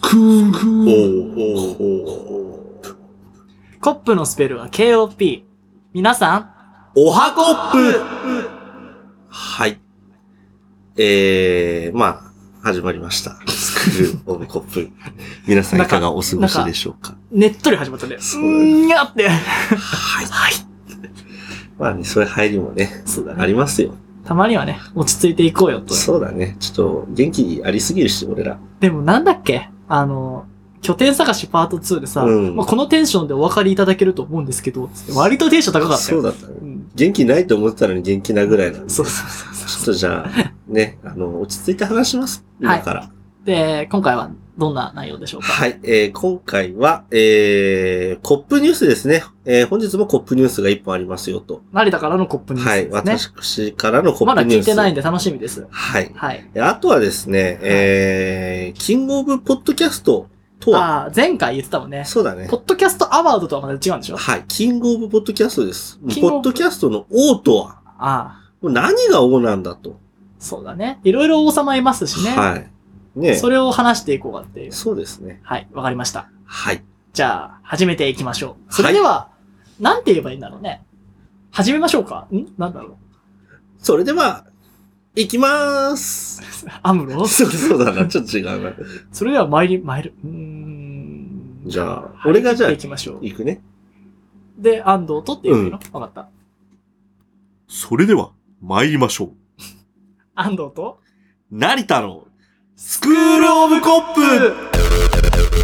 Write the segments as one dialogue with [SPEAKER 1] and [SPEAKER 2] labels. [SPEAKER 1] クークー。
[SPEAKER 2] おーおー
[SPEAKER 3] コップのスペルは KOP。皆さん、
[SPEAKER 2] おはこっぷはい。えー、まあ、始まりました。スクールオブコッ プ。皆さんいかがお過ごしでしょうか
[SPEAKER 3] ねっとり始まったね。う
[SPEAKER 2] そうだね
[SPEAKER 3] ーんやって。
[SPEAKER 2] はい。まあね、そういう入りもね、
[SPEAKER 3] そうだ
[SPEAKER 2] あ
[SPEAKER 3] ね。
[SPEAKER 2] りますよ。
[SPEAKER 3] たまにはね、落ち着いていこうよと。
[SPEAKER 2] そうだね。ちょっと、元気ありすぎるし、俺ら。
[SPEAKER 3] でもなんだっけあの、拠点探しパート2でさ、
[SPEAKER 2] うん
[SPEAKER 3] まあ、このテンションでお分かりいただけると思うんですけど、つって割とテンション高かった
[SPEAKER 2] そ
[SPEAKER 3] よ。
[SPEAKER 2] うだったね。
[SPEAKER 3] うん
[SPEAKER 2] 元気ないと思ってたのに元気なぐらいなんで。
[SPEAKER 3] そうそうそうそう
[SPEAKER 2] ちょっとじゃあ、ね、あの、落ち着いて話します。
[SPEAKER 3] はい
[SPEAKER 2] 今から。
[SPEAKER 3] で、今回はどんな内容でしょうか
[SPEAKER 2] はい。えー今回は、えー、コップニュースですね。えー本日もコップニュースが1本ありますよと。
[SPEAKER 3] 成田からのコップニュー
[SPEAKER 2] は
[SPEAKER 3] ス
[SPEAKER 2] い。
[SPEAKER 3] です
[SPEAKER 2] 私
[SPEAKER 3] ね。
[SPEAKER 2] からのコ
[SPEAKER 3] ま
[SPEAKER 2] ッ
[SPEAKER 3] だ
[SPEAKER 2] プニュ
[SPEAKER 3] 聞
[SPEAKER 2] ー
[SPEAKER 3] い
[SPEAKER 2] ス。
[SPEAKER 3] てないんで楽しみです。
[SPEAKER 2] はい。
[SPEAKER 3] はい。
[SPEAKER 2] えあとはですね、えー、キングオブポッドキャストとは、
[SPEAKER 3] ああ、前回言ってたもんね。
[SPEAKER 2] そうだね
[SPEAKER 3] ポ。ッドキャストアワードとはまた違うんでしょ
[SPEAKER 2] はい。キングオブポッドキャストです。ポ
[SPEAKER 3] キングオブ
[SPEAKER 2] ッドキャストの王とは、
[SPEAKER 3] ああ、
[SPEAKER 2] もう何が王なんだと。
[SPEAKER 3] そうだね。いろいろ王様いますしね。
[SPEAKER 2] はい。ね
[SPEAKER 3] それを話していこうかっていう。
[SPEAKER 2] そうですね。
[SPEAKER 3] はい、わかりました。
[SPEAKER 2] はい。
[SPEAKER 3] じゃあ、始めていきましょう。それでは、なんて言えばいいんだろうね。始めましょうか。んなんだろ
[SPEAKER 2] それでは、行きまーす。
[SPEAKER 3] う。アムロ
[SPEAKER 2] そう そうだな、ちょっと違うな。
[SPEAKER 3] それでは参り、参る。うーん。
[SPEAKER 2] じゃあ、
[SPEAKER 3] はい
[SPEAKER 2] 俺がじゃあ
[SPEAKER 3] 行、きましょう。
[SPEAKER 2] 行くね。
[SPEAKER 3] で、安藤とっていうの、わかった。
[SPEAKER 2] それでは、参りましょう。
[SPEAKER 3] 安藤と
[SPEAKER 2] 成田の、スクールオブコップ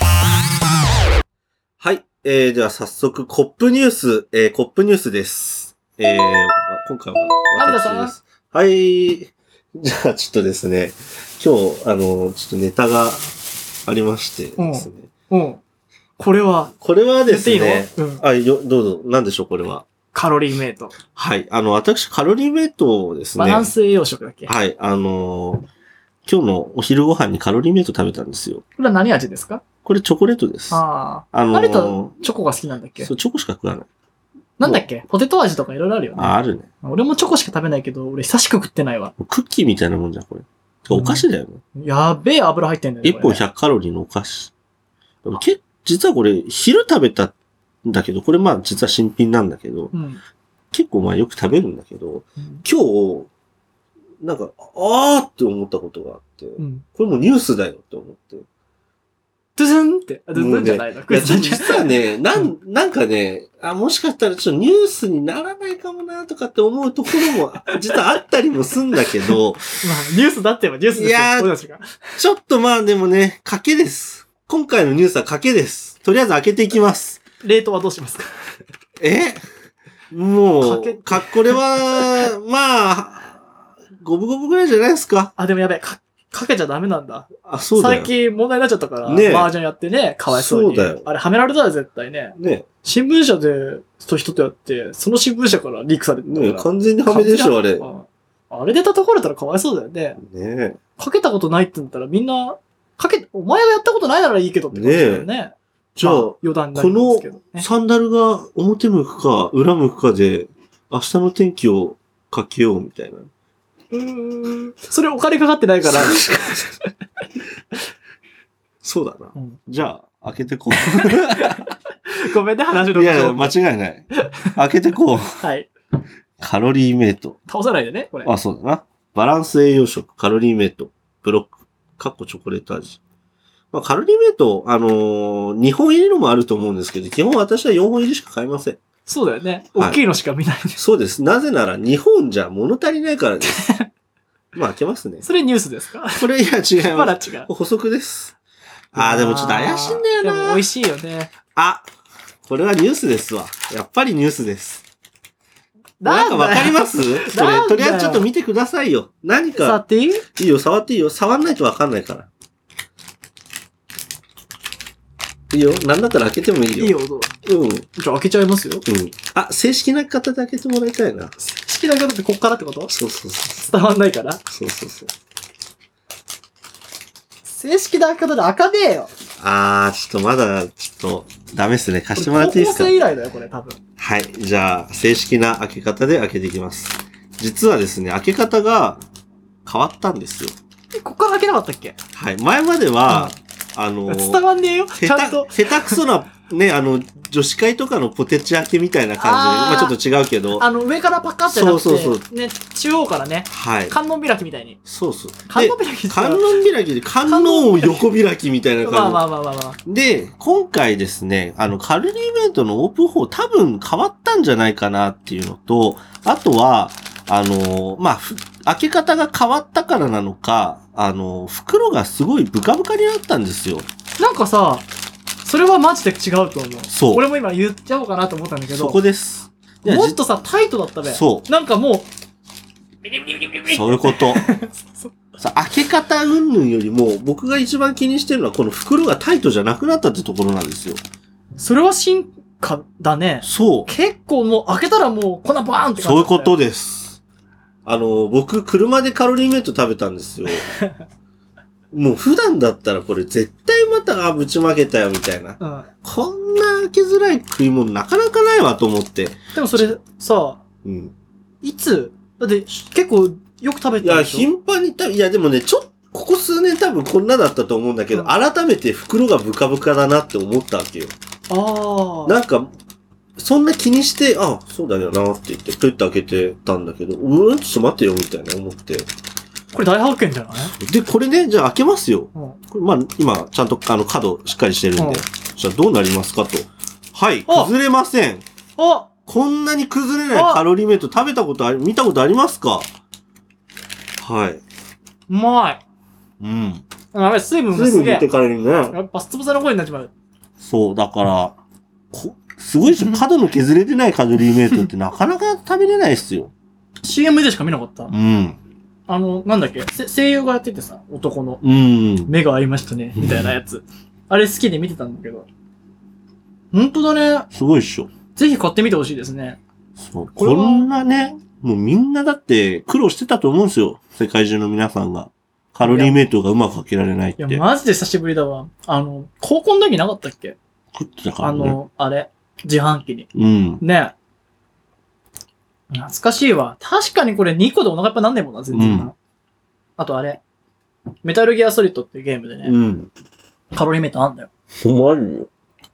[SPEAKER 2] はい。えー、では早速、コップニュース、えー、コップニュースです。えー、今回は
[SPEAKER 3] 成田さん
[SPEAKER 2] 私です。はい。じゃあ、ちょっとですね、今日、あの、ちょっとネタがありましてですね。
[SPEAKER 3] うん。これは、
[SPEAKER 2] これはです
[SPEAKER 3] 言っ
[SPEAKER 2] ね、
[SPEAKER 3] ていいのうん。
[SPEAKER 2] あ、よ、どうぞ、なんでしょう、これは。
[SPEAKER 3] カロリーメイト。
[SPEAKER 2] はい。あの、私、カロリーメイトをですね、
[SPEAKER 3] バランス栄養食だっけ、こ
[SPEAKER 2] はい。あのー今日のお昼ご飯にカロリーメイト食べたんですよ。
[SPEAKER 3] れは何味ですか
[SPEAKER 2] これチョコレートです。あ
[SPEAKER 3] あ
[SPEAKER 2] の
[SPEAKER 3] あ。
[SPEAKER 2] ー
[SPEAKER 3] 成田、チョコが好きなんだっけ
[SPEAKER 2] そう、チョコしか食わない。
[SPEAKER 3] なんだっけポテト味とかいろいろあるよね。
[SPEAKER 2] あ、あるね。
[SPEAKER 3] 俺もチョコしか食べないけど、俺久しく食ってないわ。
[SPEAKER 2] クッキーみたいなもんじゃん、これ。お菓子だよね。
[SPEAKER 3] やべえ油入ってんだよね。
[SPEAKER 2] 一本
[SPEAKER 3] これね
[SPEAKER 2] 100カロリーのお菓子。でもけ実はこれ、昼食べたんだけど、これまあ実は新品なんだけど、
[SPEAKER 3] うん。
[SPEAKER 2] 結構まあよく食べるんだけど、
[SPEAKER 3] うん
[SPEAKER 2] 今日、なんか、あーって思ったことがあって、
[SPEAKER 3] うん。
[SPEAKER 2] これもうニュースだよって思って。
[SPEAKER 3] ドゥズンって、あドゥズンじゃないな。
[SPEAKER 2] いや、
[SPEAKER 3] ドゥズンじゃない
[SPEAKER 2] 実はね、なん、なんかね、あ、もしかしたらちょっとニュースにならないかもなとかって思うところも、実はあったりもすんだけど、
[SPEAKER 3] まあ、ニュースだってばニュースですよ。
[SPEAKER 2] いやー
[SPEAKER 3] 俺たちが。
[SPEAKER 2] ちょっとまあでもね、賭けです。今回のニュースは賭けです。とりあえず開けていきます。
[SPEAKER 3] 冷凍はどうしますか
[SPEAKER 2] えも
[SPEAKER 3] 賭け
[SPEAKER 2] う、か、これは、まあ、五分五分ぐらいじゃないですか。
[SPEAKER 3] あ、でもやべえ、か、かけちゃダメなんだ。
[SPEAKER 2] あ、そうだよ
[SPEAKER 3] 最。近問題になっちゃったから、
[SPEAKER 2] ねえ
[SPEAKER 3] 麻雀やってね、かわいそうに。
[SPEAKER 2] そうだよ
[SPEAKER 3] あれ、はめられたら絶対ね。
[SPEAKER 2] ね、
[SPEAKER 3] 新聞社で、と人とやって、その新聞社からリークされてたから。
[SPEAKER 2] ね、完全にはめでしょ、あれ。
[SPEAKER 3] うんあれで叩かれたらかわいそうだよね。
[SPEAKER 2] ね
[SPEAKER 3] かけたことないって言ったらみんな、かけ、お前がやったことないならいいけどって感じだよね。
[SPEAKER 2] じゃあ
[SPEAKER 3] ま、余談になりますけどね。
[SPEAKER 2] サンダルが表向くか裏向くかで、明日の天気をかけようみたいな。
[SPEAKER 3] うーん。 それお金かかってないから。
[SPEAKER 2] そうだな。
[SPEAKER 3] うん
[SPEAKER 2] じゃあ、開けてこ う。
[SPEAKER 3] ごめんね、話の
[SPEAKER 2] いやいや、
[SPEAKER 3] 途中。
[SPEAKER 2] 間違いない。開けてこう。
[SPEAKER 3] はい。
[SPEAKER 2] カロリーメイト。
[SPEAKER 3] 倒さないでね、これ。
[SPEAKER 2] あ、そうだな。バランス栄養食、カロリーメイト、ブロック、カッコチョコレート味。まあ、カロリーメイト、あのー、2本入りのもあると思うんですけど、基本私は4本入りしか買いません。
[SPEAKER 3] そうだよね。
[SPEAKER 2] はい
[SPEAKER 3] 大きいのしか見ない。
[SPEAKER 2] そうです。なぜなら日本じゃ物足りないからです。 まあ、開けますね。
[SPEAKER 3] それニュースですか
[SPEAKER 2] これ、いや、違い
[SPEAKER 3] ま
[SPEAKER 2] ま
[SPEAKER 3] だ
[SPEAKER 2] す。
[SPEAKER 3] 違う。
[SPEAKER 2] 補足です。あー、でもちょっと怪しいんだよ
[SPEAKER 3] でも
[SPEAKER 2] な
[SPEAKER 3] 美味しいよね。
[SPEAKER 2] あ、これはニュースですわ。やっぱりニュースです。なんか
[SPEAKER 3] だ
[SPEAKER 2] わかりますそ
[SPEAKER 3] だ
[SPEAKER 2] れ
[SPEAKER 3] よ、
[SPEAKER 2] とりあえずちょっと見てくださいよ。何
[SPEAKER 3] 触
[SPEAKER 2] か、
[SPEAKER 3] っていい
[SPEAKER 2] いいよ、触っていいよ。触んないとわかんないから。いいよ。なんだったら開けてもいいよ。
[SPEAKER 3] いいよ、どう
[SPEAKER 2] うん。うん。
[SPEAKER 3] じゃあ開けちゃいますよ。
[SPEAKER 2] あ、正式な方で開けてもらいたいな。
[SPEAKER 3] 正式な方ってこっからってこと
[SPEAKER 2] そうそうそ
[SPEAKER 3] 伝わんないから。
[SPEAKER 2] う。そうそうそう。
[SPEAKER 3] 正式な開け方で開かねえよ。
[SPEAKER 2] あー、ちょっとまだ、ちょっと、ダメですね。貸してもら
[SPEAKER 3] 高
[SPEAKER 2] っていいで
[SPEAKER 3] 校
[SPEAKER 2] すか
[SPEAKER 3] 生以来だよ、これ多分。
[SPEAKER 2] はい。じゃあ、正式な開け方で開けていきます。実はですね、開け方が変わったんですよ。
[SPEAKER 3] えこっから開けなかったっけ
[SPEAKER 2] はい。前までは、あのー、
[SPEAKER 3] 伝わんねえよ。ちゃんと。
[SPEAKER 2] 下手下手くそな、ね、あの、女子会とかのポテチ開けみたいな感じで、
[SPEAKER 3] あー
[SPEAKER 2] まあちょっと違うけど、
[SPEAKER 3] あの、上からパカってなって、
[SPEAKER 2] そうそうそ
[SPEAKER 3] ね、中央からね、
[SPEAKER 2] はい。
[SPEAKER 3] 観音開きみたいに。
[SPEAKER 2] そうそう。
[SPEAKER 3] 観
[SPEAKER 2] で
[SPEAKER 3] 音、開きって言った
[SPEAKER 2] 観
[SPEAKER 3] ら
[SPEAKER 2] 音開きで、観音を横開きみたいな感じ。
[SPEAKER 3] まあまあまあまあまあ。
[SPEAKER 2] で、今回ですね、あの、カルリーメイトのオープン法多分変わったんじゃないかなっていうのと、あとは、あの、まあ、ふ開け方が変わったからなのか、あの、袋がすごいブカブカになったんですよ。
[SPEAKER 3] なんかさ、それはマジで違うと思う。
[SPEAKER 2] そう
[SPEAKER 3] 俺も今言っちゃおうかなと思ったんだけど、
[SPEAKER 2] そこです。いや
[SPEAKER 3] もっとさ、タイトだったべ。。
[SPEAKER 2] そう
[SPEAKER 3] なんかもう、
[SPEAKER 2] じそういうこと。さ開け方云々よりも、僕が一番気にしてるのは、この袋がタイトじゃなくなったってところなんですよ。
[SPEAKER 3] それは進化だね。
[SPEAKER 2] そう。
[SPEAKER 3] 結構もう開けたらもう粉バーンって感じだったよ
[SPEAKER 2] そういうことです。あの、僕、車でカロリーメイト食べたんですよ。もう普段だったらこれ絶対また、あ、ぶちまけたよ、みたいな。
[SPEAKER 3] うん。
[SPEAKER 2] こんな開けづらい食い物なかなかないわと思って。
[SPEAKER 3] でもそれさ、
[SPEAKER 2] うん。
[SPEAKER 3] いつだって結構よく食べ
[SPEAKER 2] い
[SPEAKER 3] てる
[SPEAKER 2] や、
[SPEAKER 3] でしょ
[SPEAKER 2] 頻繁に食べ、いや、でもね、ちょっと、ここ数年多分こんなだったと思うんだけど、
[SPEAKER 3] うん
[SPEAKER 2] 改めて袋がブカブカだなって思ったわけよ。
[SPEAKER 3] ああ。
[SPEAKER 2] なんか、そんな気にして、あ、そうだよなって言って、プッと開けてたんだけど、うーん、ちょっと待ってよ、みたいな思って。
[SPEAKER 3] これ大発見じゃない
[SPEAKER 2] で、これね、じゃあ開けますよ。
[SPEAKER 3] うん。
[SPEAKER 2] これまあ、今、ちゃんと、あの、角しっかりしてるんで。
[SPEAKER 3] うん
[SPEAKER 2] じゃあ、どうなりますかと。はい、
[SPEAKER 3] あ
[SPEAKER 2] 崩れません。
[SPEAKER 3] あ
[SPEAKER 2] こんなに崩れない
[SPEAKER 3] あ
[SPEAKER 2] カロリーメイト食べたことあり、見たことありますかはい。
[SPEAKER 3] うまい。
[SPEAKER 2] うん。
[SPEAKER 3] あやべ、水分が
[SPEAKER 2] 随
[SPEAKER 3] す
[SPEAKER 2] 分
[SPEAKER 3] げ
[SPEAKER 2] 持って
[SPEAKER 3] え。
[SPEAKER 2] かれるね。
[SPEAKER 3] やっぱすつぶさの声になっちまう。
[SPEAKER 2] そう、だから、こすごいでしょ角の削れてないカロリーメイトってなかなか食べれないっすよ。
[SPEAKER 3] CM でしか見なかった
[SPEAKER 2] う。ん。
[SPEAKER 3] あの、なんだっけせ声優がやっててさ、男の。
[SPEAKER 2] うん。
[SPEAKER 3] 目が合いましたね、みたいなやつ。あれ好きで見てたんだけど。ほんとだね。
[SPEAKER 2] すごいっしょ。
[SPEAKER 3] ぜひ買ってみてほしいですね。
[SPEAKER 2] そう。
[SPEAKER 3] これ
[SPEAKER 2] こ
[SPEAKER 3] は
[SPEAKER 2] んなね、もうみんなだって苦労してたと思うんですよ。世界中の皆さんが。カロリーメイトがうまくかけられないっ
[SPEAKER 3] い
[SPEAKER 2] て。
[SPEAKER 3] や、
[SPEAKER 2] 食
[SPEAKER 3] マジで久しぶりだわ。あの、高校の時なかったっけ
[SPEAKER 2] ってたか
[SPEAKER 3] あ
[SPEAKER 2] らね。
[SPEAKER 3] の、あれ。自販機に。
[SPEAKER 2] うん。
[SPEAKER 3] ねえ。懐かしいわ。確かにこれ2個でお腹いっぱいなんねえもんな、全然な。
[SPEAKER 2] う
[SPEAKER 3] あとあれ。メタルギアソリッドっていうゲームでね、
[SPEAKER 2] うん。
[SPEAKER 3] カロリーメイトあんだよ。
[SPEAKER 2] 困るよ。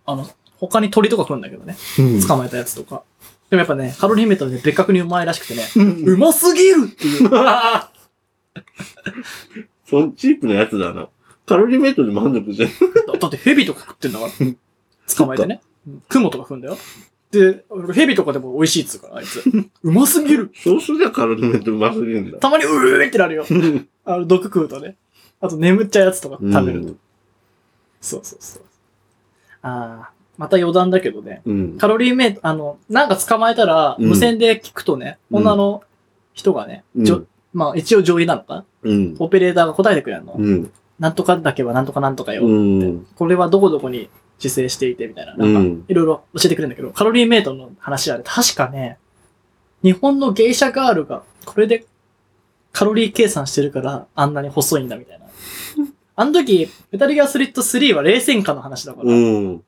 [SPEAKER 3] あの、他に鳥とか来るんだけどね。
[SPEAKER 2] うん。
[SPEAKER 3] 捕まえたやつとか。でもやっぱね、カロリーメイトはね、別格にうまいらしくてね、
[SPEAKER 2] うん
[SPEAKER 3] うますぎるっていう。
[SPEAKER 2] そんチープなやつだな。カロリーメイトで満足じゃん。
[SPEAKER 3] だ だってヘビとか食ってんだから
[SPEAKER 2] うん。
[SPEAKER 3] 捕まえてね。クモとか食うんだよ。で、ヘビとかでも美味しいっつうから、あいつ。うますぎる。
[SPEAKER 2] そうすりゃカロリーメイトうますぎるんだ。
[SPEAKER 3] たまにうーってなるよ。
[SPEAKER 2] 食
[SPEAKER 3] あの、毒食うとね。あと眠っちゃうやつとか食べると。
[SPEAKER 2] と。
[SPEAKER 3] そうそうそう。ああ、また余談だけどね。
[SPEAKER 2] うん。
[SPEAKER 3] カロリーメイト、あの、なんか捕まえたら、
[SPEAKER 2] うん
[SPEAKER 3] 無線で聞くとね、
[SPEAKER 2] うん
[SPEAKER 3] 女の人がね、
[SPEAKER 2] うん
[SPEAKER 3] じょまあ一応上位なのかな
[SPEAKER 2] うん。
[SPEAKER 3] オペレーターが答えてくれるの。
[SPEAKER 2] うん。
[SPEAKER 3] なんとかだけはなんとかなんとかよ。
[SPEAKER 2] うん。
[SPEAKER 3] これはどこどこに自生していてみたいな、な
[SPEAKER 2] うん
[SPEAKER 3] か
[SPEAKER 2] ん
[SPEAKER 3] いろいろ教えてくれるんだけど、カロリーメイトの話あれ、確かね、日本の芸者ガールがこれでカロリー計算してるからあんなに細いんだみ たいな。あの時、メタルギアスリット3は冷戦下の話だから、
[SPEAKER 2] うん。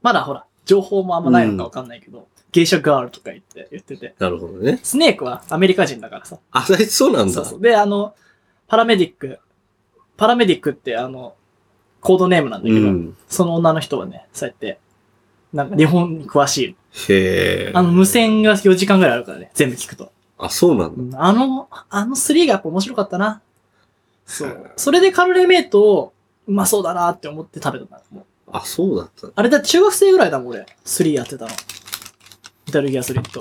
[SPEAKER 3] まだほら、情報もあんまないのかわかんないけど、芸者ガールとか言って、言ってて。
[SPEAKER 2] なるほどね。
[SPEAKER 3] スネークはアメリカ人だからさ。
[SPEAKER 2] あ、そうなん
[SPEAKER 3] そう
[SPEAKER 2] だ。
[SPEAKER 3] そう。で、あの、パラメディック、パラメディックってあの、コードネームなんだ
[SPEAKER 2] う
[SPEAKER 3] けど、
[SPEAKER 2] ん。
[SPEAKER 3] その女の人はね、そうやって、なんか日本に詳しい。
[SPEAKER 2] へえ。
[SPEAKER 3] あの無。線が4時間ぐらいあるからね、全部聞くと。
[SPEAKER 2] あ、そうなん
[SPEAKER 3] う
[SPEAKER 2] だ。
[SPEAKER 3] んあの、あの3がやっぱ面白かったな。そ
[SPEAKER 2] へー
[SPEAKER 3] う。それでカロレーメイトを、うまそうだなって思って食べたんだ。もう
[SPEAKER 2] あ、そうだった。
[SPEAKER 3] あれだって中学生ぐらいだもん、俺。3やってたの。メタルギアソリッド。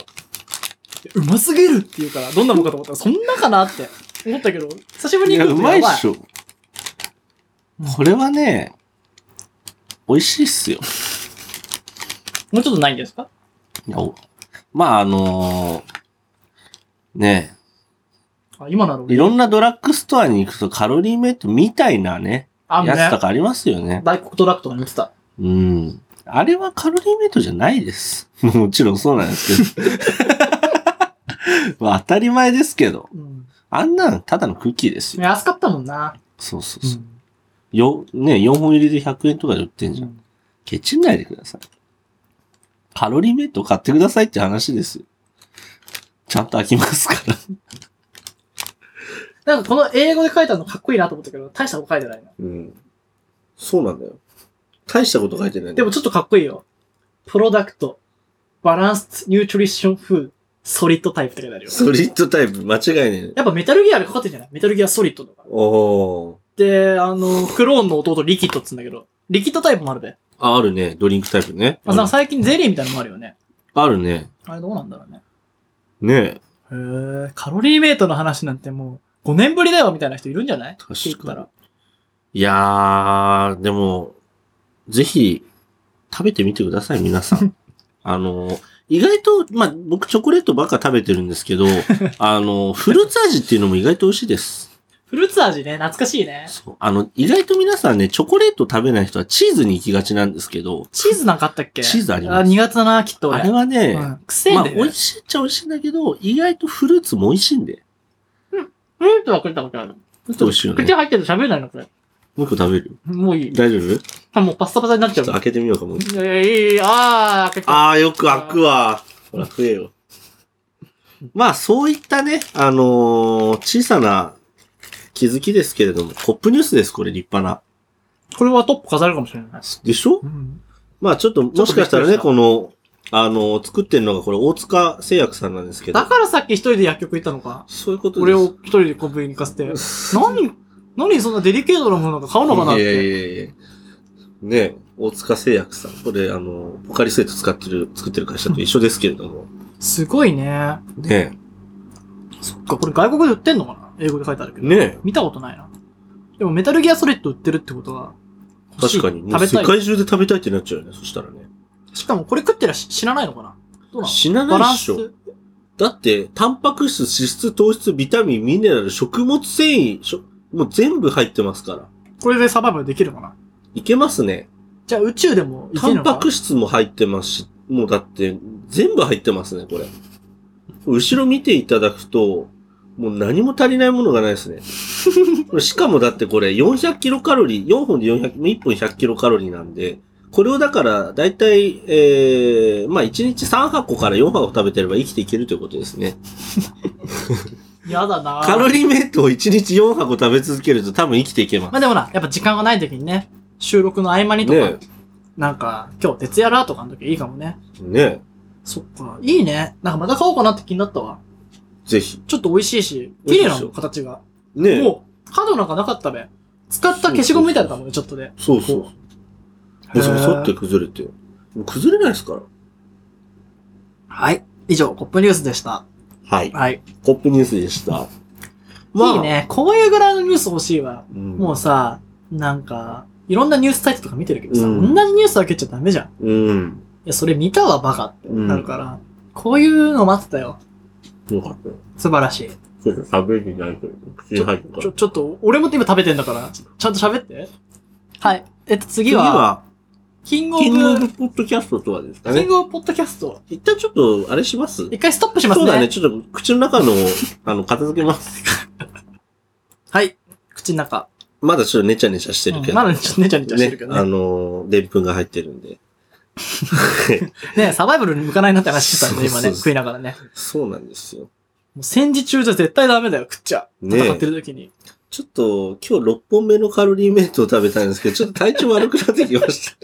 [SPEAKER 3] でうますぎるって言うから、どんなもんかと思ったら、そんなかなって思ったけど、久しぶり
[SPEAKER 2] い
[SPEAKER 3] に
[SPEAKER 2] や、
[SPEAKER 3] 食
[SPEAKER 2] う
[SPEAKER 3] と
[SPEAKER 2] まいっし
[SPEAKER 3] ょ。
[SPEAKER 2] ょ。これはね、美味しいっすよ。
[SPEAKER 3] もうちょっとないんですか
[SPEAKER 2] いやおまあ、あのーね
[SPEAKER 3] あ今なの
[SPEAKER 2] いろんなドラッグストアに行くとカロリーメイトみたいなね、
[SPEAKER 3] あん
[SPEAKER 2] やつ
[SPEAKER 3] ね
[SPEAKER 2] と。かありますよね。
[SPEAKER 3] 大黒ドラッグとかに売ってた。
[SPEAKER 2] うん。あれはカロリーメイトじゃないです。 もちろんそうなんですけど。 まあ当たり前ですけど。
[SPEAKER 3] うん。
[SPEAKER 2] あんなんただのクッキーですよ。
[SPEAKER 3] 安かったもんな。
[SPEAKER 2] そうそう
[SPEAKER 3] う
[SPEAKER 2] そう。
[SPEAKER 3] ん。
[SPEAKER 2] よ、ね、4本入りで100円とかで売ってんじゃん。ケチんないでください。カロリーメイト買ってくださいって話ですよ。ちゃんと開きますから。
[SPEAKER 3] なんかこの英語で書いてあるのかっこいいなと思ったけど、大したこと書いてないな。
[SPEAKER 2] うん。そうなんだよ。大したこと書いてない
[SPEAKER 3] でもちょっとかっこいいよ。プロダクト、バランスニュートリションフード、ソリッドタイプって書いてあるよ。
[SPEAKER 2] ソリッドタイプ、間違いねえ。
[SPEAKER 3] やっぱメタルギアでかかってんじゃないメタルギアソリッドとか。
[SPEAKER 2] おー。
[SPEAKER 3] で、あの、クローンの弟リキッドっつうんだけど、リキッドタイプもあるべ。
[SPEAKER 2] あ、あるね。ドリンクタイプね。
[SPEAKER 3] あ、なんか最近ゼリーみたいなのもあるよね。
[SPEAKER 2] あるね。
[SPEAKER 3] あれどうなんだろうね。
[SPEAKER 2] ねえ。
[SPEAKER 3] へえ、カロリーメイトの話なんてもう、5年ぶりだよみたいな人いるんじゃない
[SPEAKER 2] 確かに
[SPEAKER 3] って言ったら。
[SPEAKER 2] いやー、でも、ぜひ、食べてみてください、皆さん。あの、意外と、まあ、僕チョコレートばっか食べてるんですけど、あの、フルーツ味っていうのも意外と美味しいです。
[SPEAKER 3] フルーツ味ね、懐かしいね。
[SPEAKER 2] そう。あの、意外と皆さんね、チョコレート食べない人はチーズに行きがちなんですけど、
[SPEAKER 3] チーズなんかあったっけ
[SPEAKER 2] チーズあります
[SPEAKER 3] あ、苦手だな、きっと
[SPEAKER 2] あ
[SPEAKER 3] 俺。
[SPEAKER 2] れはね、
[SPEAKER 3] うん、癖で、
[SPEAKER 2] まあ、美味しいっちゃ美味しいんだけど、意外とフルーツも美味しいんで。
[SPEAKER 3] フルーツは食ったことある。
[SPEAKER 2] フルーツ美味しいよね
[SPEAKER 3] 口。入ってると喋れないの、これ。
[SPEAKER 2] もう一個食べる
[SPEAKER 3] もういい。
[SPEAKER 2] 大丈夫ち
[SPEAKER 3] あ、もうパッサパサになっち
[SPEAKER 2] ょ
[SPEAKER 3] ゃ
[SPEAKER 2] っ
[SPEAKER 3] う
[SPEAKER 2] と。開けてみようか、もう一個
[SPEAKER 3] いやいやいや、あー、開けた。
[SPEAKER 2] ああ、よく開くわ。ほら、食えよ。まあ、そういったね、あのー小さな気づきですけれども、コップニュースです、これ、立派な。
[SPEAKER 3] これはトップ飾るかもしれない。
[SPEAKER 2] でしょ
[SPEAKER 3] うん。
[SPEAKER 2] まあ、ちょっと、もしかしたら
[SPEAKER 3] ち
[SPEAKER 2] ね、
[SPEAKER 3] ょっ
[SPEAKER 2] この、あのー作ってるのが、これ、大塚製薬さんなんですけど
[SPEAKER 3] だ、からさっき一人で薬局行ったのか。
[SPEAKER 2] そういうこと
[SPEAKER 3] 俺
[SPEAKER 2] です。
[SPEAKER 3] を一人でコンビニに行かせて。何、何そんなデリケートなものなんか買うのかなっ
[SPEAKER 2] いやいや
[SPEAKER 3] て。
[SPEAKER 2] いやいや。ねえ大塚製薬さん。これ、あのーポカリスエット使ってる、作ってる会社と一緒ですけれども。
[SPEAKER 3] すごいね。
[SPEAKER 2] ね
[SPEAKER 3] そっか、これ外国で売ってんのかな英語で書いてあるけ
[SPEAKER 2] え
[SPEAKER 3] ど。
[SPEAKER 2] ね
[SPEAKER 3] 見たことないな。でもメタルギアソリッド売ってるってことは
[SPEAKER 2] え
[SPEAKER 3] 欲しい、
[SPEAKER 2] 確かに、もう
[SPEAKER 3] 食べ
[SPEAKER 2] 世
[SPEAKER 3] たい。
[SPEAKER 2] 界中で食べたいってなっちゃうよね、そしたらね。
[SPEAKER 3] しかもこれ食ってらし知らないのかなどうな
[SPEAKER 2] 死な
[SPEAKER 3] のバ
[SPEAKER 2] ない
[SPEAKER 3] ラ
[SPEAKER 2] っ
[SPEAKER 3] ン
[SPEAKER 2] し
[SPEAKER 3] ス。
[SPEAKER 2] ょ。だって、タンパク質、脂質、糖質、ビタミン、ミネラル、食物繊維、しょもう全部入ってますから。
[SPEAKER 3] これでサバイバルできるのかない
[SPEAKER 2] けますね。
[SPEAKER 3] じゃあ宇宙でもいけ
[SPEAKER 2] タ
[SPEAKER 3] る
[SPEAKER 2] ン
[SPEAKER 3] のかな
[SPEAKER 2] パク質も入ってますし、もうだって、全部入ってますね、これ。後ろ見ていただくと、もう何も足りないものがないですね。 これしかもだってこれ400キロカロリー、4本で400、1本100キロカロリーなんで、これをだから、だいたい、えー、まあ1日3箱から4箱食べてれば生きていけるということですね。
[SPEAKER 3] やだな
[SPEAKER 2] カロリーメイトを1日4箱食べ続けると多分生きていけます。
[SPEAKER 3] まあでもな、やっぱ時間がない時にね、収録の合間にとか、
[SPEAKER 2] ね
[SPEAKER 3] なんか、今日徹夜らとかの時いいかもね。
[SPEAKER 2] え、ね
[SPEAKER 3] そっか、いいね。なんかまた買おうかなって気になったわ。
[SPEAKER 2] え、ぜひ。
[SPEAKER 3] ちょっと美味しいし、
[SPEAKER 2] 美味しい
[SPEAKER 3] 綺麗
[SPEAKER 2] で
[SPEAKER 3] な
[SPEAKER 2] しょ
[SPEAKER 3] の、形が。
[SPEAKER 2] ねえ、
[SPEAKER 3] もう、角なんかなかったべ。使った消しゴムみたいだったもんね、ちょっとで。
[SPEAKER 2] そうそう。ボソボソって
[SPEAKER 3] へー
[SPEAKER 2] 崩れて。もう崩れないですから。
[SPEAKER 3] はい。以上、コップニュースでした。
[SPEAKER 2] はい。
[SPEAKER 3] はい。
[SPEAKER 2] コップニュースでした。
[SPEAKER 3] いい。ね。こういうぐらいのニュース欲しいわ。
[SPEAKER 2] うん、
[SPEAKER 3] もうさ、なんか、いろんなニュースサイトとか見てるけどさ、
[SPEAKER 2] うん
[SPEAKER 3] 同じニュース開けちゃダメじゃん。い
[SPEAKER 2] うん。
[SPEAKER 3] や、それ見たわ、バカって
[SPEAKER 2] うん
[SPEAKER 3] なるから、こういうの待ってたよ。
[SPEAKER 2] よかった。
[SPEAKER 3] 素晴らしい。
[SPEAKER 2] ちょっと喋りないけど、口
[SPEAKER 3] ち
[SPEAKER 2] に
[SPEAKER 3] ょ
[SPEAKER 2] 入るから。
[SPEAKER 3] ちょ、ちょっと、俺も今食べてんだから、ちゃんと喋って。はい。えっと、次
[SPEAKER 2] 次
[SPEAKER 3] は、
[SPEAKER 2] は、
[SPEAKER 3] キングオブ、
[SPEAKER 2] キ
[SPEAKER 3] キ
[SPEAKER 2] ン
[SPEAKER 3] ング
[SPEAKER 2] グ
[SPEAKER 3] オ
[SPEAKER 2] オブ
[SPEAKER 3] ブ
[SPEAKER 2] ポッドキャストとはですかね。
[SPEAKER 3] ポッドキャスト。
[SPEAKER 2] 一旦ちょっと、あれします
[SPEAKER 3] 一回ストップします
[SPEAKER 2] そ
[SPEAKER 3] ね。
[SPEAKER 2] うだね。ちょっと、口の中の、あの、片付けます。
[SPEAKER 3] はい。口の中。
[SPEAKER 2] まだちょっとネチャネチャしてるけ
[SPEAKER 3] うん
[SPEAKER 2] ど。
[SPEAKER 3] まだちょっとねちゃねちゃしてる
[SPEAKER 2] ね
[SPEAKER 3] け、ど
[SPEAKER 2] あ
[SPEAKER 3] ね。
[SPEAKER 2] のー、でんぷんが入ってるんで。
[SPEAKER 3] ねサバイバルに向かないなって話してたんで、今
[SPEAKER 2] そうそう
[SPEAKER 3] ね、
[SPEAKER 2] そう
[SPEAKER 3] 食いながらね。
[SPEAKER 2] そうなんですよ。
[SPEAKER 3] もう戦時中じゃ絶対ダメだよ、食っちゃ。
[SPEAKER 2] ねえ
[SPEAKER 3] 戦ってる時に。
[SPEAKER 2] ちょっと、今日6本目のカロリーメイトを食べたんですけど、ちょっと体調悪くなってきました。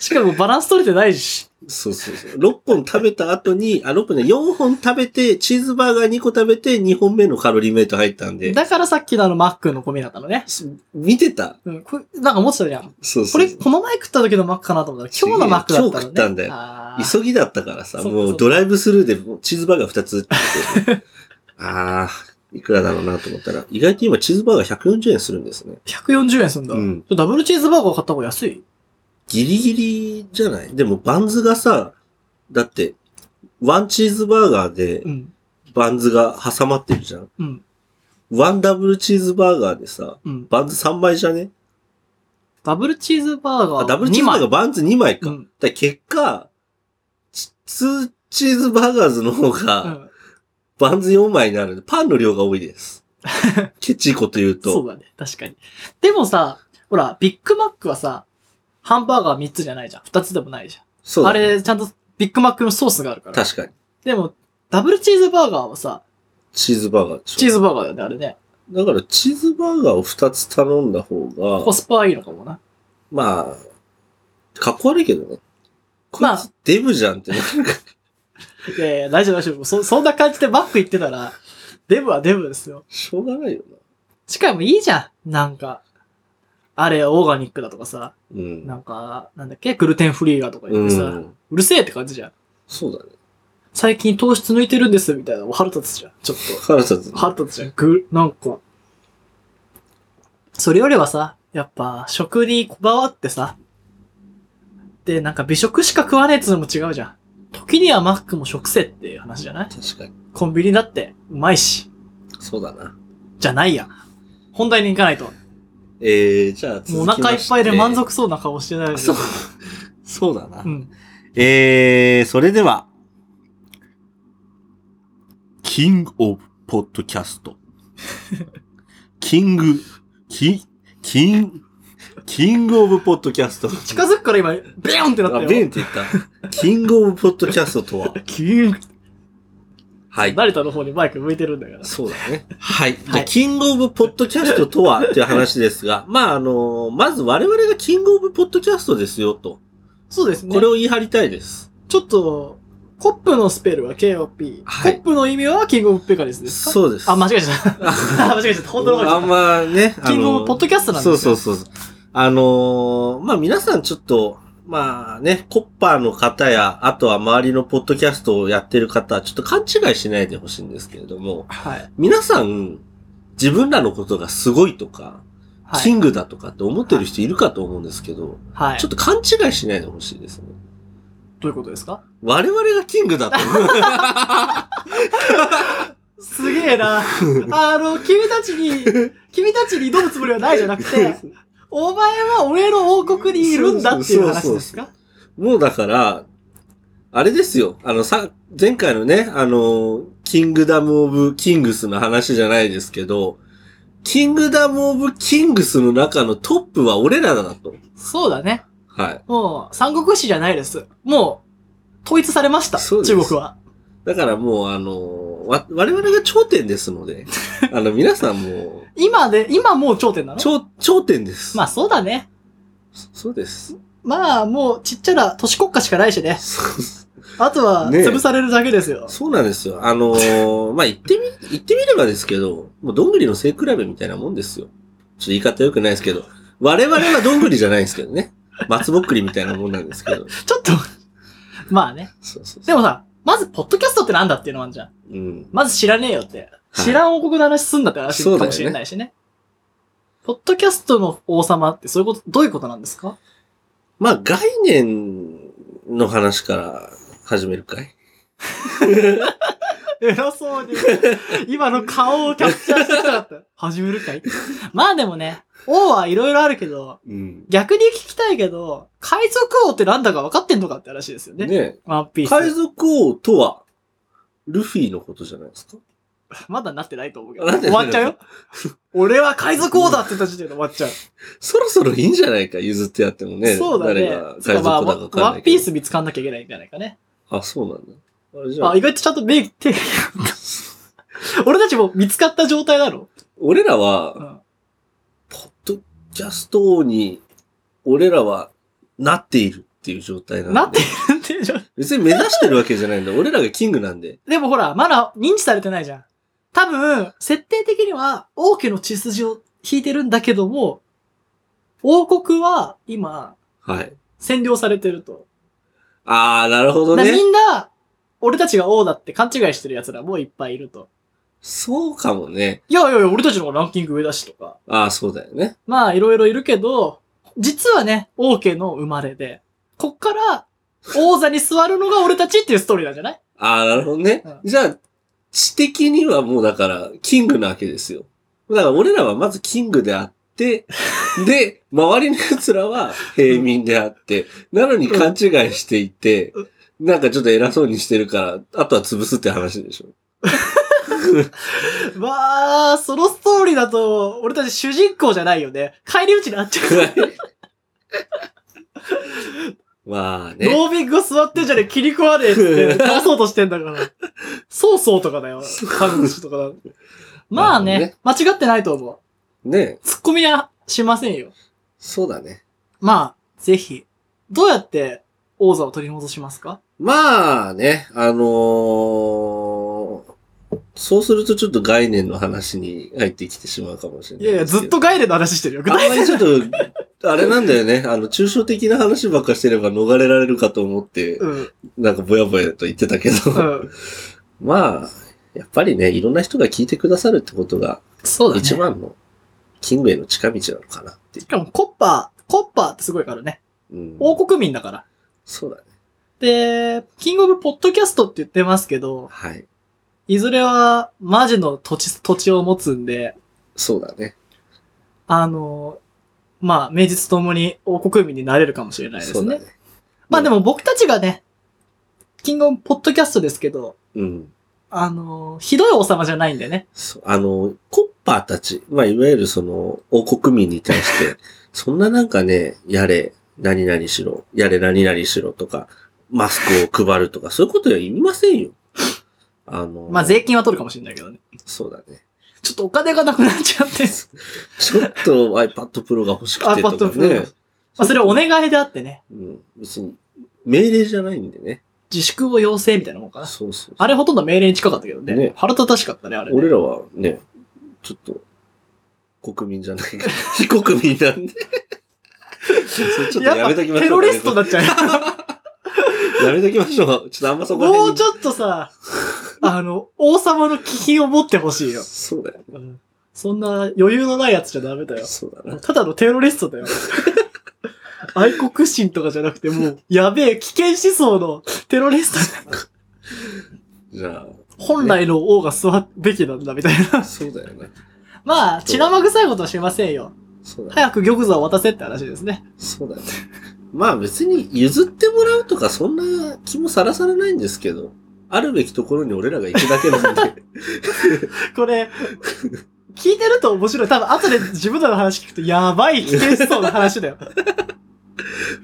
[SPEAKER 3] しかもバランス取れてないし。
[SPEAKER 2] そうそうそう。6本食べた後に、あ、6本ね、4本食べて、チーズバーガー2個食べて、2本目のカロリーメイト入ったんで。
[SPEAKER 3] だからさっきのあのマックのゴミだったのね。
[SPEAKER 2] す見てた
[SPEAKER 3] うん、これなんか持ってたじゃん。
[SPEAKER 2] そう
[SPEAKER 3] こ
[SPEAKER 2] そう
[SPEAKER 3] れ、この前食った時のマックかなと思ったら、今日のマックだったの
[SPEAKER 2] 今
[SPEAKER 3] ね。
[SPEAKER 2] 日食ったんだよ
[SPEAKER 3] あー
[SPEAKER 2] 急ぎだったからさ、
[SPEAKER 3] そう
[SPEAKER 2] も
[SPEAKER 3] そう
[SPEAKER 2] うドライブスルーでもうチーズバーガー2つって言 って。ああ、いくらだろうなと思ったら、意外と今チーズバーガー140円するんですね。
[SPEAKER 3] 140円すんだ。
[SPEAKER 2] うん
[SPEAKER 3] ダブルチーズバーガー買った方が安い
[SPEAKER 2] ギリギリじゃないでもバンズがさ、だって、ワンチーズバーガーで
[SPEAKER 3] うん。
[SPEAKER 2] バンズが挟まってるじゃん。
[SPEAKER 3] うん。
[SPEAKER 2] ワンダブルチーズバーガーでさ、
[SPEAKER 3] うん。
[SPEAKER 2] バンズ3枚じゃね
[SPEAKER 3] ダブルチーズバーガ
[SPEAKER 2] あ
[SPEAKER 3] ー。
[SPEAKER 2] ダブルチーズバーガー
[SPEAKER 3] ー
[SPEAKER 2] バンズ2枚か。
[SPEAKER 3] う
[SPEAKER 2] だか
[SPEAKER 3] ん。
[SPEAKER 2] ら結果、チツーチーズバーガーズの方
[SPEAKER 3] う
[SPEAKER 2] が、
[SPEAKER 3] ん
[SPEAKER 2] バンズ4枚になるんで、パンの量が多い です。ケチいこと言う
[SPEAKER 3] そう
[SPEAKER 2] と。
[SPEAKER 3] だね。確かに。でもさ、ほら、ビッグマックはさ、ハンバーガー3つじゃないじゃん。2つでもないじゃ。
[SPEAKER 2] そうんだ
[SPEAKER 3] あ
[SPEAKER 2] ね
[SPEAKER 3] れ、ちゃんとビッグマックのソースがあるから。
[SPEAKER 2] 確かに。
[SPEAKER 3] でも、ダブルチーズバーガーはさ、
[SPEAKER 2] チーズバーガーでしょ
[SPEAKER 3] チーズバーガーだよね、あれね。
[SPEAKER 2] だからチーズバーガーを2つ頼んだ方が
[SPEAKER 3] コ、スパはいいのかもな。
[SPEAKER 2] まあ、かっこ悪いけどね。こ
[SPEAKER 3] ま
[SPEAKER 2] い
[SPEAKER 3] あ
[SPEAKER 2] つデブじゃんってなる から。
[SPEAKER 3] いやいや、大丈夫大丈夫。そ、そんな感じでバック行ってたら、デブはデブですよ。
[SPEAKER 2] しょうがないよ
[SPEAKER 3] しかもいいじゃん。なんか、あれ、オーガニックだとかさ、
[SPEAKER 2] な。うん。
[SPEAKER 3] なんか、なんだっけ、グルテンフリーだとか言ってさ、う
[SPEAKER 2] うん。
[SPEAKER 3] るせえって感じじゃん。
[SPEAKER 2] そうだね。
[SPEAKER 3] 最近糖質抜いてるんですみたいな、腹立つじゃん。ちょっ
[SPEAKER 2] 腹立つ
[SPEAKER 3] と。。腹立つじゃん。ぐ、なんか。それよりはさ、やっぱ、食にこだわってさ、で、なんか美食しか食わねえっつうのも違うじゃん。時にはマックも食せっていう話じゃない
[SPEAKER 2] 確かに。
[SPEAKER 3] コンビニだって、うまいし、
[SPEAKER 2] そうだな。
[SPEAKER 3] じゃないや。本題に行かないと。も
[SPEAKER 2] えー、じゃあ続き
[SPEAKER 3] うお
[SPEAKER 2] まして
[SPEAKER 3] 腹いっぱいで満足そうな顔してないで
[SPEAKER 2] そう。そうだな。
[SPEAKER 3] うん。
[SPEAKER 2] えー、それでは、キングオブポッドキャス ト。キング、キ、キン、キングオブポッドキャスト。
[SPEAKER 3] 近づくから今、ビーンってなった
[SPEAKER 2] あ、
[SPEAKER 3] よ。
[SPEAKER 2] ベンって言った。キングオブポッドキャストとは。
[SPEAKER 3] キーン。
[SPEAKER 2] はい。
[SPEAKER 3] 成田の方にバイク向いてるんだから。
[SPEAKER 2] そうだね。はい。で
[SPEAKER 3] はい
[SPEAKER 2] キングオブポッドキャストとはっていう話ですが、 まあ、あの、まず我々がキングオブポッドキャストですよと。
[SPEAKER 3] そうですね。
[SPEAKER 2] これを言い張りたいです。
[SPEAKER 3] ちょっと、コップのスペルは KOP。
[SPEAKER 2] はい
[SPEAKER 3] コップの意味はキングオブペカレスですか
[SPEAKER 2] そうです。
[SPEAKER 3] あ、間違えちゃった。 あ間違えちゃった。本当の方
[SPEAKER 2] あんま
[SPEAKER 3] が
[SPEAKER 2] ね、あの
[SPEAKER 3] キングオブポッドキャストなんですよ
[SPEAKER 2] そうそうそうそう。あのーまあ皆さんちょっと、まあね、コッパーの方や、あとは周りのポッドキャストをやってる方は、ちょっと勘違いしないでほしいんですけれども、
[SPEAKER 3] はい。
[SPEAKER 2] 皆さん、自分らのことがすごいとか、
[SPEAKER 3] は
[SPEAKER 2] キ
[SPEAKER 3] い。
[SPEAKER 2] ングだとかって思ってる人いるかと思うんですけど、
[SPEAKER 3] はい
[SPEAKER 2] ちょ。っと勘違いしないでほしいですね。
[SPEAKER 3] どういうことですか
[SPEAKER 2] 我々がキングだと思う。
[SPEAKER 3] すげえな。 あの、君たち に、君たちに挑むつもりはないじゃなくて、お前は俺の王国にいるんだっていう話ですか
[SPEAKER 2] もうだから、あれですよ。あのさ、前回のね、あの、キングダム・オブ・キングスの話じゃないですけど、キングダム・オブ・キングスの中のトップは俺らだと。
[SPEAKER 3] そうだね。
[SPEAKER 2] はい。
[SPEAKER 3] もう、三国志じゃないです。もう、統一されました。
[SPEAKER 2] そう
[SPEAKER 3] 中
[SPEAKER 2] です
[SPEAKER 3] 国は。
[SPEAKER 2] だからもう、あの、わ、我々が頂点ですの で、あの、皆さんも
[SPEAKER 3] 今で、今もう頂点な
[SPEAKER 2] う、
[SPEAKER 3] の
[SPEAKER 2] 頂、頂点です。
[SPEAKER 3] まあそうだね。
[SPEAKER 2] そそうです。
[SPEAKER 3] まあもうちっちゃな都市国家しかないしね。
[SPEAKER 2] そう
[SPEAKER 3] あとは
[SPEAKER 2] ねえ
[SPEAKER 3] 潰されるだけですよ。
[SPEAKER 2] そうなんですよ。あのー まあ、言ってみ、言ってみればですけど、もうどんぐりの背比べみたいなもんですよ。ちょっと言い方良くないですけど、我々はどんぐりじゃないですけどね。 松ぼっくりみたいなもんなんですけど。
[SPEAKER 3] ちょっと、 まあね。
[SPEAKER 2] そうそう
[SPEAKER 3] で
[SPEAKER 2] そう。
[SPEAKER 3] もさ、まずポッドキャストってなんだっていうのもあるじゃん。
[SPEAKER 2] うん。
[SPEAKER 3] まず知らねえよって。
[SPEAKER 2] はい
[SPEAKER 3] 知らん王国の話すんだって話
[SPEAKER 2] そうだ
[SPEAKER 3] か
[SPEAKER 2] よね
[SPEAKER 3] もしれないしね。ポッドキャストの王様ってそういうこと、どういうことなんで すか
[SPEAKER 2] まあ、概念の話から始めるかい
[SPEAKER 3] 偉そうに。 今の顔をキャプチャーしてきたかった。始めるかいまあでもね、王はいろいろあるけど、
[SPEAKER 2] うん。
[SPEAKER 3] 逆に聞きたいけど、海賊王ってなんだか分かってんのかって話ですよね。
[SPEAKER 2] ねえ
[SPEAKER 3] ワンピース。
[SPEAKER 2] 海賊王とは、ルフィのことじゃないですか
[SPEAKER 3] まだなってないと思うけど。
[SPEAKER 2] なってな
[SPEAKER 3] 終
[SPEAKER 2] い
[SPEAKER 3] わっちゃうよ。 俺は海賊王だって言った時点で終わっちゃう。
[SPEAKER 2] そろそろいいんじゃないか、譲ってやってもね。
[SPEAKER 3] そうだ
[SPEAKER 2] 誰
[SPEAKER 3] ね
[SPEAKER 2] が。海
[SPEAKER 3] つか
[SPEAKER 2] 賊だ
[SPEAKER 3] まあ、
[SPEAKER 2] か
[SPEAKER 3] ワ
[SPEAKER 2] わかんないけど。
[SPEAKER 3] ンピース見つかんなきゃいけないんじゃないかね。
[SPEAKER 2] あ、そうなんだ。あれじゃあ
[SPEAKER 3] あ、意外とちゃんと目、手、俺たちも見つかった状態なの
[SPEAKER 2] 俺らは、
[SPEAKER 3] うん
[SPEAKER 2] ポッドキャスト王に、俺らは、なっているっていう状態なんで。
[SPEAKER 3] なってるんでしょ。
[SPEAKER 2] 別に目指してるわけじゃないんだ。俺らがキングなんで。
[SPEAKER 3] でもほら、まだ認知されてないじゃん。多分、設定的には王家の血筋を引いてるんだけども、王国は今、
[SPEAKER 2] はい。
[SPEAKER 3] 占領されてると。
[SPEAKER 2] あー、なるほど
[SPEAKER 3] だから
[SPEAKER 2] ね
[SPEAKER 3] み。んな、俺たちが王だって勘違いしてる奴らもいっぱいいると。
[SPEAKER 2] そうかもね。
[SPEAKER 3] いやいやいや、俺たちの方がランキング上だしとか。
[SPEAKER 2] あー、そうだよね。
[SPEAKER 3] まあ、いろいろいるけど、実はね、王家の生まれで、こっから、王座に座るのが俺たちっていうストーリーなんじゃない
[SPEAKER 2] あー、なるほどね。
[SPEAKER 3] う
[SPEAKER 2] じゃあ、知的 にはもうだから、キングなわけですよ。だから俺らはまずキングであって、で、周りの奴らは平民であって、なのに勘違いしていて、なんかちょっと偉そうにしてるから、あとは潰すって話でしょ。
[SPEAKER 3] わあ、そのストーリーだと、俺たち主人公じゃないよね。帰り討ちになっちゃ う。
[SPEAKER 2] まあね。
[SPEAKER 3] ロービング座ってんじゃねえ、切り込まねえっ つって、倒そうとしてんだから。そうそうとかだよ。看護師とか だ。まあね、間違ってないと思う。
[SPEAKER 2] ね
[SPEAKER 3] ツッコミはしませんよ。
[SPEAKER 2] そうだね。
[SPEAKER 3] まあ、ぜひ。どうやって王座を取り戻しますか
[SPEAKER 2] まあね、あのーそうするとちょっと概念の話に入ってきてしまうかもしれない
[SPEAKER 3] いやいや、
[SPEAKER 2] です
[SPEAKER 3] ず
[SPEAKER 2] け
[SPEAKER 3] っ
[SPEAKER 2] ど。
[SPEAKER 3] とガイレの話してるよ。具
[SPEAKER 2] あ
[SPEAKER 3] 体
[SPEAKER 2] んまりちょっと、あれなんだよね。あの、抽象的な話ばっかしてれば逃れられるかと思って、
[SPEAKER 3] うん。
[SPEAKER 2] なんかぼやぼやと言ってたけど。
[SPEAKER 3] うん。
[SPEAKER 2] まあ、やっぱりね、いろんな人が聞いてくださるってことが、
[SPEAKER 3] そうだね。
[SPEAKER 2] 一
[SPEAKER 3] し
[SPEAKER 2] 番の、キングへの近道なのかなっていう。
[SPEAKER 3] かも、コッパー、コッパーってすごいからね。
[SPEAKER 2] うん、
[SPEAKER 3] 王国民だから。
[SPEAKER 2] そうだね。
[SPEAKER 3] で、キングオブポッドキャストって言ってますけど、
[SPEAKER 2] はい。
[SPEAKER 3] いずれはマジの土地、土地を持つんで、
[SPEAKER 2] そうだね。
[SPEAKER 3] あの、まあ、名実ともに王国民になれるかもしれないです
[SPEAKER 2] そうだ
[SPEAKER 3] ね。
[SPEAKER 2] ね。
[SPEAKER 3] まあでも僕たちがね、キングオブポッドキャストですけど、
[SPEAKER 2] うん。
[SPEAKER 3] あの、ひどい王様じゃないんでね。
[SPEAKER 2] そうあの、コッパーたち、まあ、いわゆるその、王国民に対して、 そんななんかね、やれ、何々しろ、やれ何々しろとか、マスクを配るとか、そういうことは言いませんよ。あの、
[SPEAKER 3] まあ税金は取るかもしれないけどね。
[SPEAKER 2] そうだね。
[SPEAKER 3] ちょっとお金がなくなっちゃって、
[SPEAKER 2] ちょっと iPad Pro が欲しくてと
[SPEAKER 3] iPad
[SPEAKER 2] か
[SPEAKER 3] Pro
[SPEAKER 2] ね。
[SPEAKER 3] まあそれお願いであってね、
[SPEAKER 2] うん。別に、命令じゃないんでね。
[SPEAKER 3] 自粛を要請みたいなもんかな。
[SPEAKER 2] そうそう
[SPEAKER 3] あれほとんど命令に近かったけどね。
[SPEAKER 2] ね
[SPEAKER 3] 腹立たしかったね、あれ、ね。
[SPEAKER 2] 俺らはね、ちょっと、国民じゃないから、 非国民なんで。それちょっとやめときまし
[SPEAKER 3] テ
[SPEAKER 2] ょ
[SPEAKER 3] ロ
[SPEAKER 2] うかね、
[SPEAKER 3] リストになっちゃうよ。
[SPEAKER 2] やめときましょう。ちょっとあんまそこら辺
[SPEAKER 3] もうちょっ とさ、あの、王様の気品を持ってほしいよ。
[SPEAKER 2] そうだよね。
[SPEAKER 3] うんそんな余裕のないやつじゃダメだよ。
[SPEAKER 2] そうだな。
[SPEAKER 3] ただのテロリス トだよ。愛国心とかじゃなくて、もう、やべえ、危険思想のテロリストだよ。
[SPEAKER 2] じゃ
[SPEAKER 3] 本来の王が座るべきなんだ、みたい
[SPEAKER 2] あ、
[SPEAKER 3] な。
[SPEAKER 2] そうだよね。
[SPEAKER 3] まあ、血生臭いことはしませんよ。
[SPEAKER 2] そうだね。
[SPEAKER 3] 早く玉座を渡せって話ですね。
[SPEAKER 2] そうだね。まあ別に譲ってもらうとかそんな気もさらさらないんですけど、あるべきところに俺らが行くだけなん で。
[SPEAKER 3] これ、聞いてると面白い。多分、後で自分らの話聞くと、やばい危険思想の話だよ。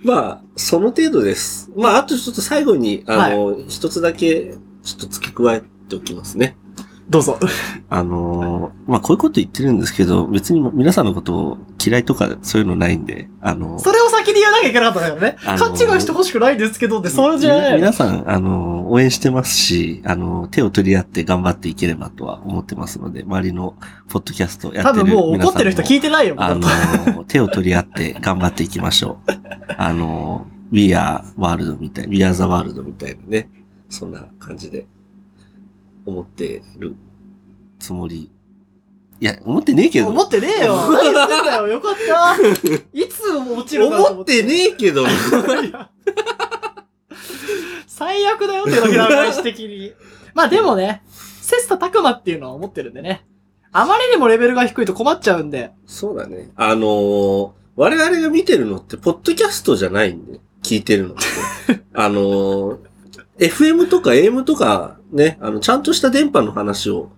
[SPEAKER 2] まあ、その程度です。まあ、あとちょっと最後に、あの、一、つだけ、ちょっと付け加えておきますね。
[SPEAKER 3] どうぞ。
[SPEAKER 4] あのーまあ、こういうこと言ってるんですけど、別に皆さんのことを嫌いとかそういうのないんで、あのー
[SPEAKER 3] それを先に言わなきゃいけなかったんだよね。
[SPEAKER 4] あ
[SPEAKER 3] 勘
[SPEAKER 4] の
[SPEAKER 3] 違い
[SPEAKER 4] ー
[SPEAKER 3] してほしくないんですけどって、それじゃない
[SPEAKER 4] み
[SPEAKER 3] の。
[SPEAKER 4] 皆さん、あのー応援してますし、あのー手を取り合って頑張っていければとは思ってますので、周りのポッドキャストや
[SPEAKER 3] 多
[SPEAKER 4] ってる皆さ
[SPEAKER 3] 分
[SPEAKER 4] ん
[SPEAKER 3] もう怒ってる人聞
[SPEAKER 4] い
[SPEAKER 3] いてないよ、もう
[SPEAKER 4] あのー手を取り合って頑張っていきましょう。あのー We are World みたい、We are the World み
[SPEAKER 2] み
[SPEAKER 4] た
[SPEAKER 2] た
[SPEAKER 4] い
[SPEAKER 2] いなね。そんな感じで、思ってる。
[SPEAKER 4] なつもり。いや、思ってねえけど。
[SPEAKER 3] 思ってねえよ。何してんだよ。よ かった。いつ落ちるかと
[SPEAKER 2] 思ってねえけ ど、
[SPEAKER 3] 最悪だよっていうだけだから、外的に。まあでもね、切磋琢磨っていうのは思ってるんでね。あまりにもレベルが低いと困っちゃうんで。
[SPEAKER 2] そうだね。あのー我々が見てるのって、ポッドキャストじゃないんで、聞いてるの って。あのー FM とか AM とか、ね、あの、ちゃんとした電波の話を、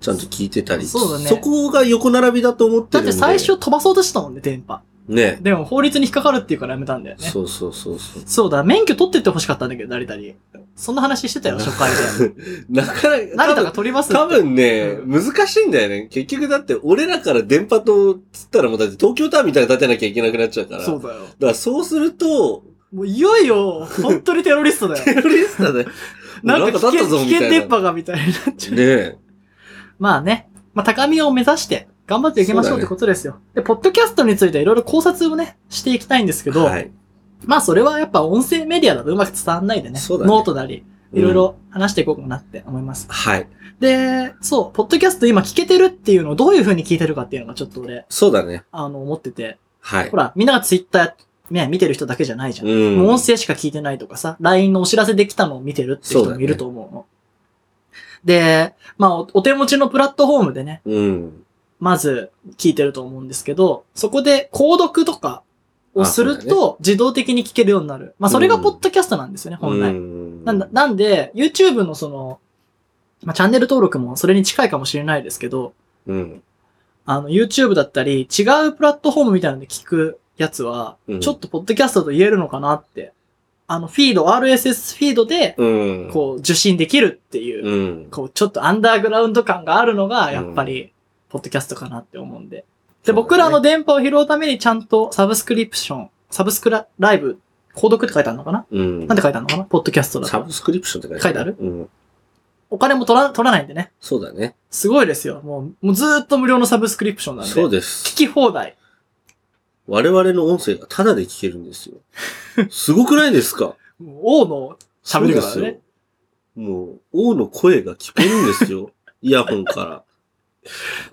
[SPEAKER 2] ちゃんと聞いてたり。
[SPEAKER 3] そうだね
[SPEAKER 2] こが横並びだと思って
[SPEAKER 3] だっ
[SPEAKER 2] るんで。
[SPEAKER 3] て最初飛ばそうとしたもんね、電波。
[SPEAKER 2] ね。
[SPEAKER 3] でも法律に引っかかるっていうからやめたんだよね。
[SPEAKER 2] そうそうそうそう。
[SPEAKER 3] そうだ、免許取ってってほしかったんだけど、成田に。そんな話してたよ、初回で。
[SPEAKER 2] なかなか、多
[SPEAKER 3] 成田が
[SPEAKER 2] 分
[SPEAKER 3] 取りますって。
[SPEAKER 2] 多分ね、
[SPEAKER 3] う
[SPEAKER 2] 難しいんだよね。結局だって、俺らから電波塔っつったらもうだって東京タワーみたいに建てなきゃいけなくなっちゃうから。だ
[SPEAKER 3] そうだよ。
[SPEAKER 2] からそうすると、
[SPEAKER 3] もういよいよ、本当にテロリストだ
[SPEAKER 2] テ
[SPEAKER 3] よ。
[SPEAKER 2] ロリストだよ。
[SPEAKER 3] なんか危
[SPEAKER 2] 立
[SPEAKER 3] 険、危険電波がみたいになっちゃう。
[SPEAKER 2] ねえ。
[SPEAKER 3] まあね、まあ高みを目指して頑張っていきましょ
[SPEAKER 2] そう
[SPEAKER 3] う
[SPEAKER 2] だ
[SPEAKER 3] っ
[SPEAKER 2] ね
[SPEAKER 3] てことですよ。で、ポッドキャストについていろいろ考察をね、していきたいんですけど、
[SPEAKER 2] はい。
[SPEAKER 3] まあそれはやっぱ音声メディアだとうまく伝わんないでね、
[SPEAKER 2] そうだね
[SPEAKER 3] ノートなり、いろいろ話していこうかなって思います。
[SPEAKER 2] はい。
[SPEAKER 3] で、そう、ポッドキャスト今聞けてるっていうのをどういう風に聞いてるかっていうのがちょっと俺、
[SPEAKER 2] そうだね。
[SPEAKER 3] あの、思ってて、
[SPEAKER 2] はい
[SPEAKER 3] ほ。ら、みんながツイッター、ね、見てる人だけじゃないじゃん。
[SPEAKER 2] うん
[SPEAKER 3] もう音声しか聞いてないとかさ、LINE のお知らせできたのを見てるってい
[SPEAKER 2] そ
[SPEAKER 3] う
[SPEAKER 2] う
[SPEAKER 3] 人
[SPEAKER 2] だ
[SPEAKER 3] も
[SPEAKER 2] ね
[SPEAKER 3] いると思うの。で、まあお、お手持ちのプラットフォームでね、
[SPEAKER 2] うん。
[SPEAKER 3] まず聞いてると思うんですけど、そこで購読とかをす
[SPEAKER 2] あ
[SPEAKER 3] る
[SPEAKER 2] そうだ
[SPEAKER 3] と自動的に聞けるようになる。まあそれがポッドキャストなんですよね、本来。なんだ、なんで、YouTube のその、まあチャンネル登録もそれに近いかもしれないですけど、
[SPEAKER 2] うん。
[SPEAKER 3] あの YouTube だったり違うプラットフォームみたいなので聞くやつは、
[SPEAKER 2] うん
[SPEAKER 3] ちょっとポッドキャストと言えるのかなって、あのフィード、RSS フィードで、
[SPEAKER 2] うん。
[SPEAKER 3] こう受信できるっていう
[SPEAKER 2] う。ん。
[SPEAKER 3] こう、ちょっとアンダーグラウンド感があるのが、やっぱり、ポッドキャストかなって思うんで。で、
[SPEAKER 2] そうだね
[SPEAKER 3] 僕らの電波を拾うために、ちゃんとサブスクリプション、サブスクラライブ、購読って書いてあるのかな
[SPEAKER 2] うん。
[SPEAKER 3] なんて書いてあるのかなポッドキャストだ
[SPEAKER 2] サ
[SPEAKER 3] と。
[SPEAKER 2] ブスクリプションって
[SPEAKER 3] 書い
[SPEAKER 2] うん。
[SPEAKER 3] お金も取ら取らないんでね。
[SPEAKER 2] そうだね。
[SPEAKER 3] すごいですよ。もう、もうずーっと無料のサブスクリプションなんで。
[SPEAKER 2] そう
[SPEAKER 3] で
[SPEAKER 2] です
[SPEAKER 3] 聞。き放題。
[SPEAKER 2] 我々の音声がタダで聞けるん ですよ。すごくないですか
[SPEAKER 3] もう王の喋り方
[SPEAKER 2] そ
[SPEAKER 3] だ
[SPEAKER 2] う
[SPEAKER 3] ね
[SPEAKER 2] で。すよもう、王の声が聞けるんです よ。イヤホンから。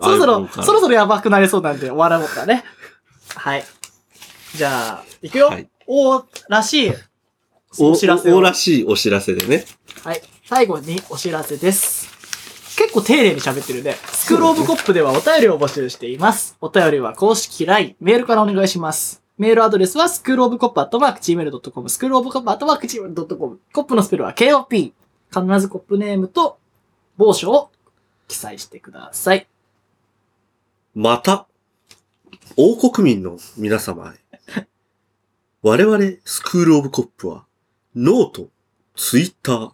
[SPEAKER 3] そろそ
[SPEAKER 2] iPhone
[SPEAKER 3] ろ、
[SPEAKER 2] から
[SPEAKER 3] そろそろやばくなりそうなんで、終わらもったね。はい。じゃあ、行くよ。
[SPEAKER 2] はい
[SPEAKER 3] 王らしい、
[SPEAKER 2] お
[SPEAKER 3] お知らせを。
[SPEAKER 2] おおらしいお知らせでね。
[SPEAKER 3] はい。最後にお知らせです。結構丁寧に喋ってるね。スクールオブコップではお便りを募集しています。お便りは公式 LINE、メールからお願いします。メールアドレスは、スクールオブコップアットマーク Gmail.com、スクールオブコップアットマーク Gmail.com。コップのスペルは KOP。必ずコップネームと、帽子を記載してください。
[SPEAKER 2] また、王国民の皆様へ。 我々、スクールオブコップは、ノート、ツイッター、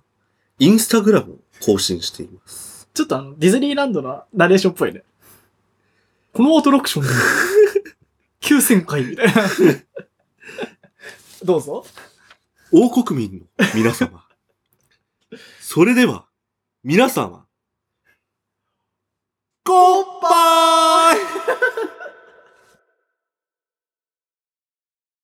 [SPEAKER 2] インスタグラムを更新しています。
[SPEAKER 3] ちょっとあの、ディズニーランドのナレーションっぽいね。このアトラクショ ンで、9000回みたいな。 どうぞ。
[SPEAKER 2] 王国民の皆 様。それでは、皆様。
[SPEAKER 3] こんばん